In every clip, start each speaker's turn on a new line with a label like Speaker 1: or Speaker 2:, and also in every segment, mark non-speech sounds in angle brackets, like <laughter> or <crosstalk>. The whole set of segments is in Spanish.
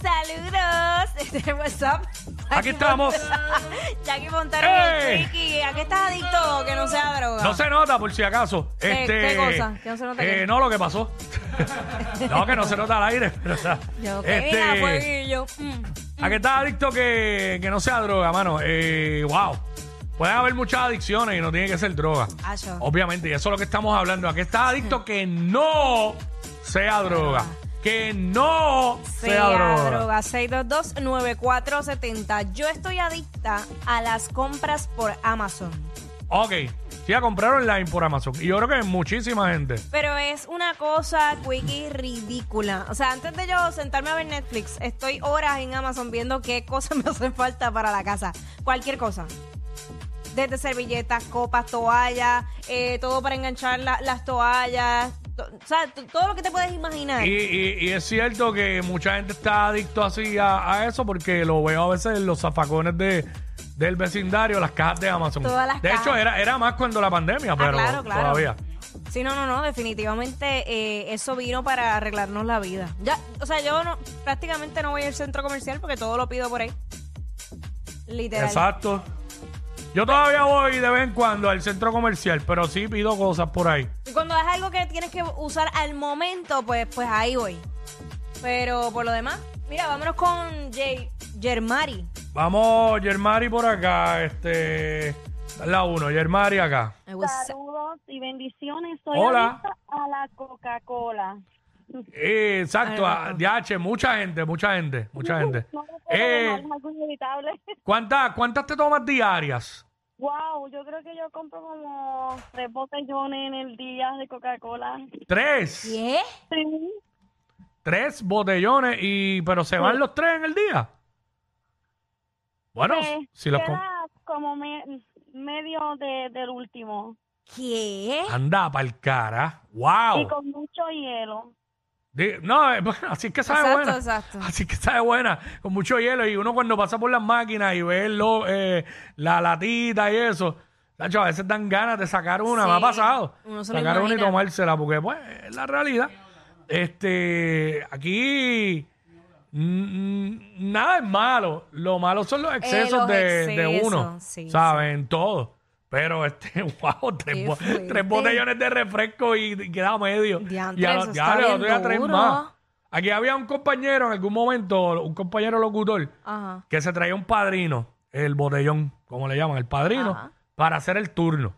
Speaker 1: saludos. <laughs> Este WhatsApp.
Speaker 2: Aquí estamos.
Speaker 1: Jackie Montero y
Speaker 2: ¡Ey!
Speaker 1: el Quickie. ¿A qué estás adicto que no sea droga?
Speaker 2: No se nota, por si acaso.
Speaker 1: ¿Qué-
Speaker 2: este,
Speaker 1: qué cosa? ¿Qué no se nota
Speaker 2: eh,
Speaker 1: qué?
Speaker 2: no, lo
Speaker 1: <laughs>
Speaker 2: que pasó. no, que no se nota al aire. pero, o sea,
Speaker 1: Yo, que
Speaker 2: este,
Speaker 1: mira, fueguillo. Mm.
Speaker 2: ¿A qué estás adicto que, que no sea droga, mano? Eh, wow. Pueden haber muchas adicciones y no tiene que ser droga.
Speaker 1: Acho.
Speaker 2: Obviamente, y eso es lo que estamos hablando. ¿A qué estás adicto que no sea droga? Que no sea,
Speaker 1: sea
Speaker 2: droga.
Speaker 1: droga. 622-9470. Yo estoy adicta a las compras por Amazon.
Speaker 2: Ok. Sí, a comprar online por Amazon. Y yo creo que muchísima gente.
Speaker 1: Pero es una cosa, Quickie, ridícula. O sea, antes de yo sentarme a ver Netflix, estoy horas en Amazon viendo qué cosas <laughs> me hacen falta para la casa. Cualquier cosa. Desde servilletas, copas, toallas, eh, todo para enganchar la- las toallas. to- o sea, t- todo lo que te puedes imaginar.
Speaker 2: Y, y- y es cierto que mucha gente está adicto así a, a eso porque lo veo a veces en los zafacones de, del vecindario, las cajas de Amazon.
Speaker 1: Todas las
Speaker 2: de
Speaker 1: cajas. Ah,
Speaker 2: hecho, era, era más cuando la pandemia, pero
Speaker 1: claro, claro.
Speaker 2: todavía.
Speaker 1: Sí, no, no, no, definitivamente eh, eso vino para arreglarnos la vida. Ya, o sea, yo no, prácticamente no voy al centro comercial porque todo lo pido por ahí. Literal.
Speaker 2: Exacto. Yo todavía voy de vez en cuando al centro comercial, pero sí pido cosas por ahí.
Speaker 1: Y Cuando es algo que tienes que usar al momento, pues, pues ahí voy. Pero por lo demás, mira, vámonos con Ye- Yermari.
Speaker 2: Vamos, Germari por acá, este. La 1, Germari acá.
Speaker 1: I was-
Speaker 3: Saludos y bendiciones. Soy
Speaker 2: Pues, Hola.
Speaker 3: adicta a la Coca-Cola.
Speaker 2: Eh, exacto,
Speaker 1: Ay,
Speaker 2: a- DH, mucha gente, mucha gente, mucha gente.
Speaker 3: <laughs> No lo puedo
Speaker 2: Eh.
Speaker 3: dejar, es algo inevitable. <laughs>
Speaker 2: ¿Cuántas, cuántas te tomas diarias?
Speaker 3: Wow, yo creo que yo compro como tres botellones en el día de Coca-Cola.
Speaker 2: Tres.
Speaker 1: ¿Qué?
Speaker 3: Sí.
Speaker 2: Tres botellones y pero se van los tres en el día. Bueno,
Speaker 3: Eh,
Speaker 2: si los com-
Speaker 3: queda como me- medio de- del último.
Speaker 1: ¿Qué?
Speaker 2: anda pa'l cara.
Speaker 3: Y
Speaker 2: Wow.
Speaker 3: con mucho hielo.
Speaker 2: Di- No, eh, <laughs> bueno, así es que sabe
Speaker 1: Exacto,
Speaker 2: buena.
Speaker 1: exacto.
Speaker 2: Así es que sabe buena, con mucho hielo y uno cuando pasa por las máquinas y ve el lo- eh, la latita y eso, tacho, a veces dan ganas de sacar una,
Speaker 1: Sí,
Speaker 2: me ha pasado.
Speaker 1: uno se lo
Speaker 2: Sacar una y
Speaker 1: imagina.
Speaker 2: tomársela porque pues es la realidad. Este, aquí mm, nada es malo, lo malo son los excesos,
Speaker 1: Eh, los
Speaker 2: de, de
Speaker 1: excesos,
Speaker 2: uno,
Speaker 1: sí,
Speaker 2: saben todo. Pero este, <laughs> wow,
Speaker 1: Qué
Speaker 2: tres, bo-
Speaker 1: fuerte.
Speaker 2: tres botellones de refresco y, y queda medio.
Speaker 1: Diantre,
Speaker 2: Ya,
Speaker 1: eso
Speaker 2: ya,
Speaker 1: está
Speaker 2: le
Speaker 1: bien
Speaker 2: otro día traen
Speaker 1: duro.
Speaker 2: más. Aquí había un compañero en algún momento, un compañero locutor,
Speaker 1: Ajá.
Speaker 2: que se traía un padrino, el botellón, como le llaman, el padrino,
Speaker 1: Ajá.
Speaker 2: para hacer el turno.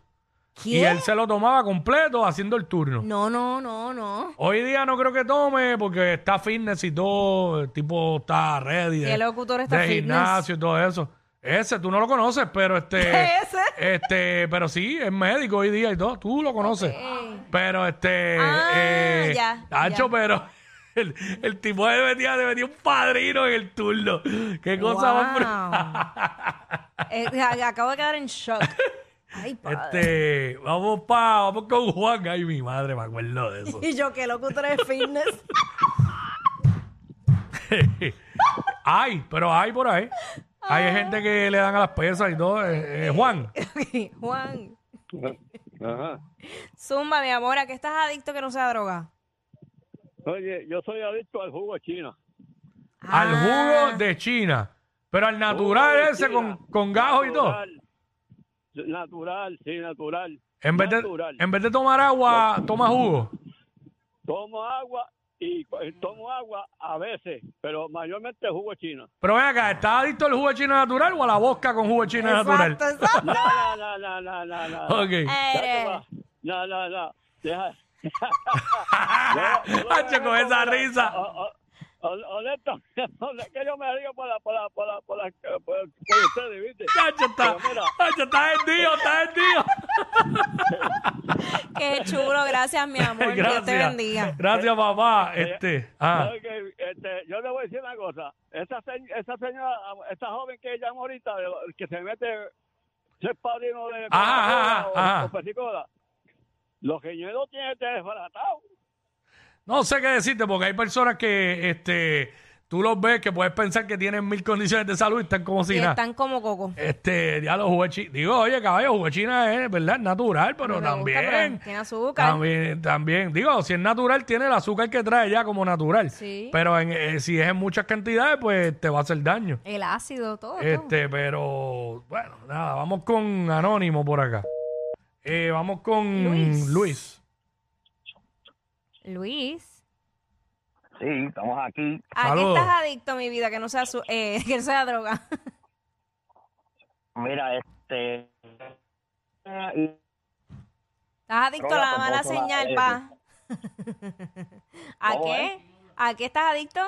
Speaker 2: Y
Speaker 1: ¿Qué?
Speaker 2: él se lo tomaba completo haciendo el turno.
Speaker 1: No, no, no, no.
Speaker 2: Hoy día no creo que tome porque está fitness y todo, el tipo está ready.
Speaker 1: Sí,
Speaker 2: de-
Speaker 1: el locutor está
Speaker 2: de
Speaker 1: fitness.
Speaker 2: gimnasio y todo eso. Ese tú no lo conoces, pero este,
Speaker 1: <laughs> Ese.
Speaker 2: este, pero sí, es médico hoy día y todo, tú lo conoces.
Speaker 1: Ok.
Speaker 2: Pero este,
Speaker 1: Ah,
Speaker 2: eh,
Speaker 1: ya,
Speaker 2: Nacho,
Speaker 1: ya.
Speaker 2: pero <laughs> el, el tipo de metía, le metía un padrino en el turno. Qué cosa más brutal.
Speaker 1: Eh, a- acabo de quedar en
Speaker 2: <laughs>
Speaker 1: shock. Ay, padre.
Speaker 2: Este, vamos pa, vamos con Juan. Ay, mi madre, me acuerdo de eso.
Speaker 1: Y yo, que locutor de fitness. <laughs>
Speaker 2: Ay, pero hay por ahí.
Speaker 1: Ah.
Speaker 2: Hay gente que le dan a las pesas y todo. Eh, eh, Juan,
Speaker 1: Juan,
Speaker 4: Ajá.
Speaker 1: zumba, mi amor, ¿a qué estás adicto que no sea droga?
Speaker 4: Oye, yo soy adicto al jugo chino.
Speaker 2: al
Speaker 1: Ah.
Speaker 2: jugo de China. Pero al natural
Speaker 4: Jugo de
Speaker 2: ese
Speaker 4: China.
Speaker 2: con, con gajo y todo.
Speaker 4: Natural. Natural, sí, natural.
Speaker 2: En vez, de,
Speaker 4: natural.
Speaker 2: en vez de tomar agua, toma jugo.
Speaker 4: Tomo agua y cu- eh, tomo agua a veces, pero mayormente jugo
Speaker 2: <laughs>
Speaker 4: chino.
Speaker 2: Pero ven acá, ¿estás adicto al jugo de China natural o a la bosca con jugo de China natural?
Speaker 1: Exacto, Eh. exacto.
Speaker 4: No, no, no, no, no, no,
Speaker 2: <laughs>
Speaker 4: no.
Speaker 2: Ok.
Speaker 1: Eres.
Speaker 4: No, no, no.
Speaker 2: <laughs>
Speaker 4: Deja.
Speaker 2: Hacho, con esa risa.
Speaker 4: O- o- o- Honesto, <laughs> es que yo me río por la, por la, por la, por la, por, por ustedes, ¿viste?
Speaker 2: Hacho, está,
Speaker 4: Pero mira.
Speaker 2: Hacho, está hendido, está hendido.
Speaker 1: Qué chulo, gracias, mi
Speaker 2: <laughs>
Speaker 1: amor. Dios te bendiga.
Speaker 2: Gracias, papá.
Speaker 4: Eh,
Speaker 2: Este, ah,
Speaker 4: ¿Sabe qué? Este, yo le voy a decir una cosa. Esa, se- esa señora, esa joven que llama ahorita, de lo- que se mete, ser padrino
Speaker 2: Ah,
Speaker 4: de
Speaker 2: Ajá, ajá,
Speaker 4: Coca-Cola o,
Speaker 2: ajá.
Speaker 4: o Pepsi-Cola, los geñuelos tienen este desbaratado.
Speaker 2: no sé qué decirte porque hay personas que este, tú los ves que puedes pensar que tienen mil condiciones de salud y están como si
Speaker 1: Y
Speaker 2: nada.
Speaker 1: están como coco.
Speaker 2: Este, ya los jugo de chi- Digo, oye, caballo, jugo de China es, ¿verdad? Natural, pero
Speaker 1: Me gusta,
Speaker 2: también.
Speaker 1: pero tiene azúcar.
Speaker 2: También, también. Digo, si es natural, tiene el azúcar que trae ya como natural.
Speaker 1: Sí.
Speaker 2: Pero en, eh, si es en muchas cantidades, pues te va a hacer daño.
Speaker 1: El ácido, todo. todo.
Speaker 2: Este, pero bueno, nada, vamos con Anónimo por acá. Eh, vamos con
Speaker 1: Luis.
Speaker 2: Luis.
Speaker 1: Luis.
Speaker 5: Sí, estamos aquí.
Speaker 1: ¿A
Speaker 2: Saludos.
Speaker 1: qué estás adicto, mi vida? Que no sea, su- eh, <laughs> que no sea droga.
Speaker 5: Mira, este. y
Speaker 1: Estás adicto a la
Speaker 5: Droga,
Speaker 1: mala
Speaker 5: famoso, la
Speaker 1: señal,
Speaker 5: L.
Speaker 1: pa. ¿A
Speaker 5: <laughs> ¿Cómo
Speaker 1: qué? ¿A qué estás adicto?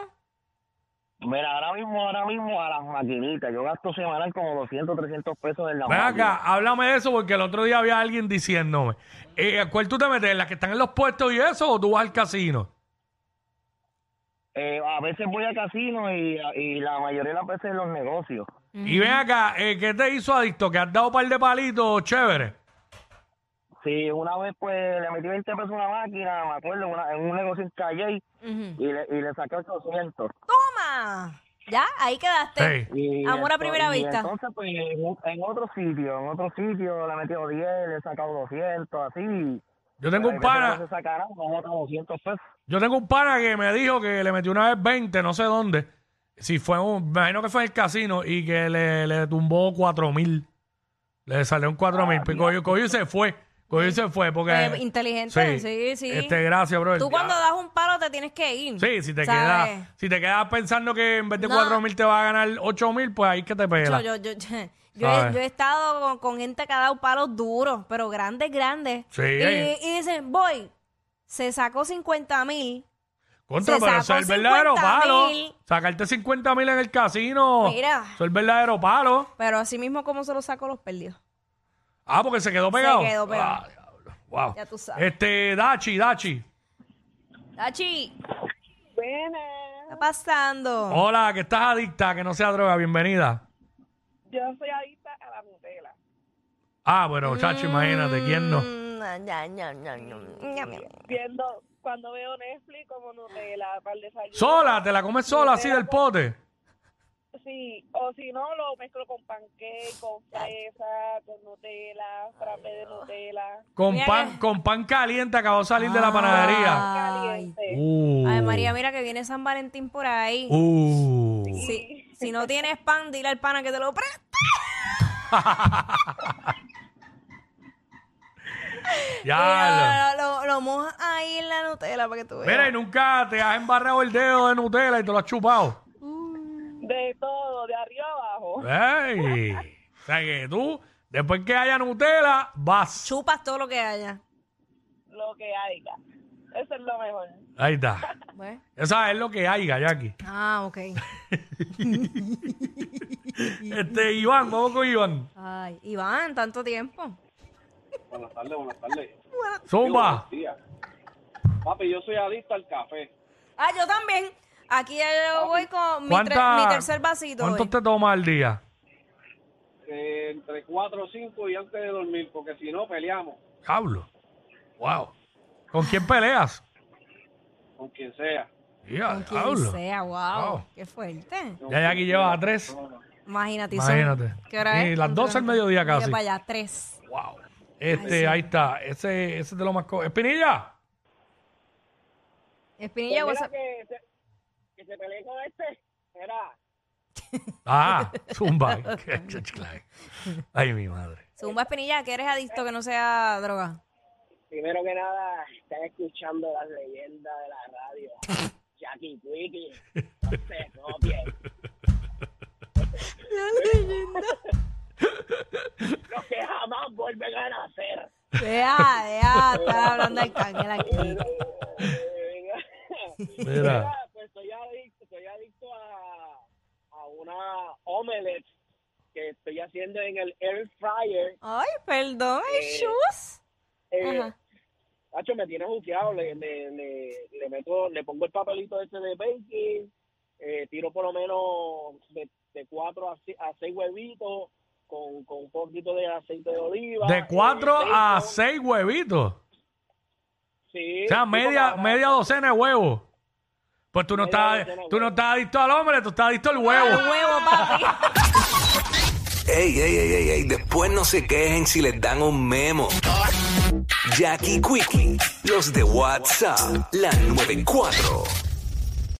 Speaker 5: Mira, ahora mismo, ahora mismo a las maquinitas. Yo gasto semanal como 200, 300 pesos en la
Speaker 2: Ven acá,
Speaker 5: máquina.
Speaker 2: háblame de eso porque el otro día había alguien diciéndome, eh, ¿a cuál tú te metes? ¿Las que están en los puestos y eso o tú vas al casino?
Speaker 5: Eh, a veces voy a casinos y, y la mayoría de las veces en los negocios.
Speaker 2: Y ven acá, eh, ¿qué te hizo adicto? Que has dado un par de palitos chévere.
Speaker 5: Sí, una vez pues le metí 20 pesos a una máquina, me acuerdo, en una- en un negocio en Calle
Speaker 1: Ujú.
Speaker 5: y le, y le saqué 800.
Speaker 1: ¡Toma! Ya, ahí quedaste.
Speaker 2: Sí.
Speaker 5: Y
Speaker 1: Amor a
Speaker 5: ento-
Speaker 1: primera
Speaker 5: y
Speaker 1: vista.
Speaker 5: Entonces, pues en, en otro sitio, en otro sitio le he metido 10, le he sacado 200, así.
Speaker 2: Yo tengo un
Speaker 5: pana.
Speaker 2: pana,
Speaker 5: Se sacarán, vamos a 200 pesos.
Speaker 2: yo tengo un pana que me dijo que le metió una vez 20, no sé dónde. Si fue un, me imagino que fue en el casino y que le, le tumbó 4 mil. Le salió un 4 mil. Pues cogió, cogió y se fue. Cogió y se fue porque...
Speaker 1: Eh, inteligente, sí, sí.
Speaker 2: Este, gracias, bro.
Speaker 1: Tú cuando das un palo te tienes que ir.
Speaker 2: Sí, si te,
Speaker 1: ¿sabes?
Speaker 2: quedas, si te quedas pensando que en vez de
Speaker 1: No.
Speaker 2: 4 mil te va a ganar 8 mil, pues ahí es que te
Speaker 1: Yo,
Speaker 2: pela.
Speaker 1: yo, yo, <laughs> yo, yo he,
Speaker 2: ¿Sabes?
Speaker 1: yo he estado con, con gente que ha dado palos duros, pero grandes, grandes.
Speaker 2: Sí.
Speaker 1: Y, y dicen, voy, se sacó 50 mil.
Speaker 2: Contra,
Speaker 1: Se
Speaker 2: pero
Speaker 1: sacó
Speaker 2: eso es el verdadero
Speaker 1: 50
Speaker 2: palo.
Speaker 1: mil.
Speaker 2: Sacarte 50 mil en el casino.
Speaker 1: Mira.
Speaker 2: Eso es el verdadero palo.
Speaker 1: Pero así mismo como se los sacó los perdidos.
Speaker 2: Ah, porque se quedó pegado.
Speaker 1: Se quedó pegado.
Speaker 2: Ah, diablo. wow.
Speaker 1: Ya tú sabes.
Speaker 2: Este, Dachi, Dachi.
Speaker 1: Dachi, ¿qué
Speaker 3: Buenas.
Speaker 1: está pasando?
Speaker 2: Hola, que estás adicta, que no sea droga, bienvenida.
Speaker 3: Yo soy adicta a la Nutella.
Speaker 2: Ah, bueno, chacho, imagínate, ¿quién no?
Speaker 1: Mm, ya, ya, ya, ya, ya.
Speaker 3: Viendo, cuando veo Netflix como Nutella para el desayuno.
Speaker 2: Sola, te la comes sola, así del pote.
Speaker 3: Sí, o si no, lo mezclo con pancake, con fresa, con Nutella, frappé de Nutella.
Speaker 2: Con
Speaker 1: Mira
Speaker 2: pan,
Speaker 1: que-
Speaker 2: con pan caliente acabó de salir de la panadería.
Speaker 1: Ay,
Speaker 3: Caliente.
Speaker 2: Uh.
Speaker 1: Ay, María, mira que viene San Valentín por ahí.
Speaker 2: Uh.
Speaker 1: Si, si no tienes pan, dile al pana que te lo preste. <laughs>
Speaker 2: Ya.
Speaker 1: Mira, Lo, lo, lo mojas ahí en la Nutella para que tú veas.
Speaker 2: Mira, y nunca te has embarrado el dedo de Nutella y te lo has chupado.
Speaker 3: De todo, de arriba abajo.
Speaker 2: ¡Ey! O sea que tú, después que haya Nutella, vas.
Speaker 1: Chupas todo lo que haya.
Speaker 3: Lo que haya. Eso es lo mejor.
Speaker 2: Ahí está.
Speaker 1: Bueno.
Speaker 2: Esa es lo que haya, Jackie.
Speaker 1: Ah, ok.
Speaker 2: Este, Iván, vamos con Iván.
Speaker 1: Ay, Iván, tanto tiempo.
Speaker 6: Buenas tardes, buenas tardes.
Speaker 2: Zumba.
Speaker 6: Buenos días. Papi, yo soy adicto al café.
Speaker 1: Ah, yo también. Aquí ya yo voy con mi,
Speaker 2: ¿Cuánta-
Speaker 1: tre- mi tercer vasito.
Speaker 2: ¿Cuánto
Speaker 1: hoy.
Speaker 2: te tomas al día?
Speaker 6: Eh, entre 4 o 5 y antes de dormir, porque si no peleamos
Speaker 2: Cablo. Wow. ¿Con quién peleas?
Speaker 6: con quien sea.
Speaker 2: Ya,
Speaker 1: Con quien
Speaker 2: diablo.
Speaker 1: sea, wow,
Speaker 2: Wow.
Speaker 1: Qué fuerte.
Speaker 2: Ya Jackie lleva a tres.
Speaker 1: Imagínate. son-
Speaker 2: Imagínate.
Speaker 1: ¿Qué hora
Speaker 2: Y
Speaker 1: es?
Speaker 2: las 12 del mediodía
Speaker 1: Mira
Speaker 2: casi.
Speaker 1: para allá, tres.
Speaker 2: Wow. Este, ahí está. Ese, ese es de lo más. co- ¡Espinilla!
Speaker 1: Espinilla,
Speaker 3: Pues
Speaker 1: WhatsApp.
Speaker 3: mira que, se, que se pelee con este. Era.
Speaker 6: <laughs>
Speaker 2: Ah, zumba. Ay, mi madre.
Speaker 1: Zumba Espinilla, que eres adicto que no sea droga.
Speaker 3: <laughs> Primero que nada, están escuchando las leyendas de la
Speaker 2: <laughs>
Speaker 3: radio. Jackie Quickie. No se copien. Los que jamás vuelven a nacer.
Speaker 1: Vea, vea, está hablando al cángel aquí.
Speaker 2: Mira.
Speaker 6: Pues soy adicto, soy adicto a, a una omelette que estoy haciendo en el air fryer.
Speaker 1: Ay, perdón, ay, chus.
Speaker 6: Eh,
Speaker 1: Ajá.
Speaker 6: Nacho, me tiene buqueado, le, le, le, le meto, le pongo el papelito ese de baking, eh, tiro por lo menos de, de cuatro a, si- a seis huevitos con, con un poquito de aceite de oliva.
Speaker 2: De cuatro
Speaker 6: eh,
Speaker 2: a
Speaker 6: bacon.
Speaker 2: seis huevitos.
Speaker 6: Sí,
Speaker 2: O sea,
Speaker 6: sí,
Speaker 2: media,
Speaker 6: porque-
Speaker 2: media docena de huevos. Pues tú no
Speaker 6: Media
Speaker 2: estás,
Speaker 6: docena de
Speaker 2: tú no
Speaker 6: huevos.
Speaker 2: estás adicto al hombre, tú estás adicto al huevo.
Speaker 1: Al huevo, papi.
Speaker 7: Ey, ey, ey, ey, ey, después no se quejen si les dan un memo. Jackie Quickie, los de WhatsApp, la 94.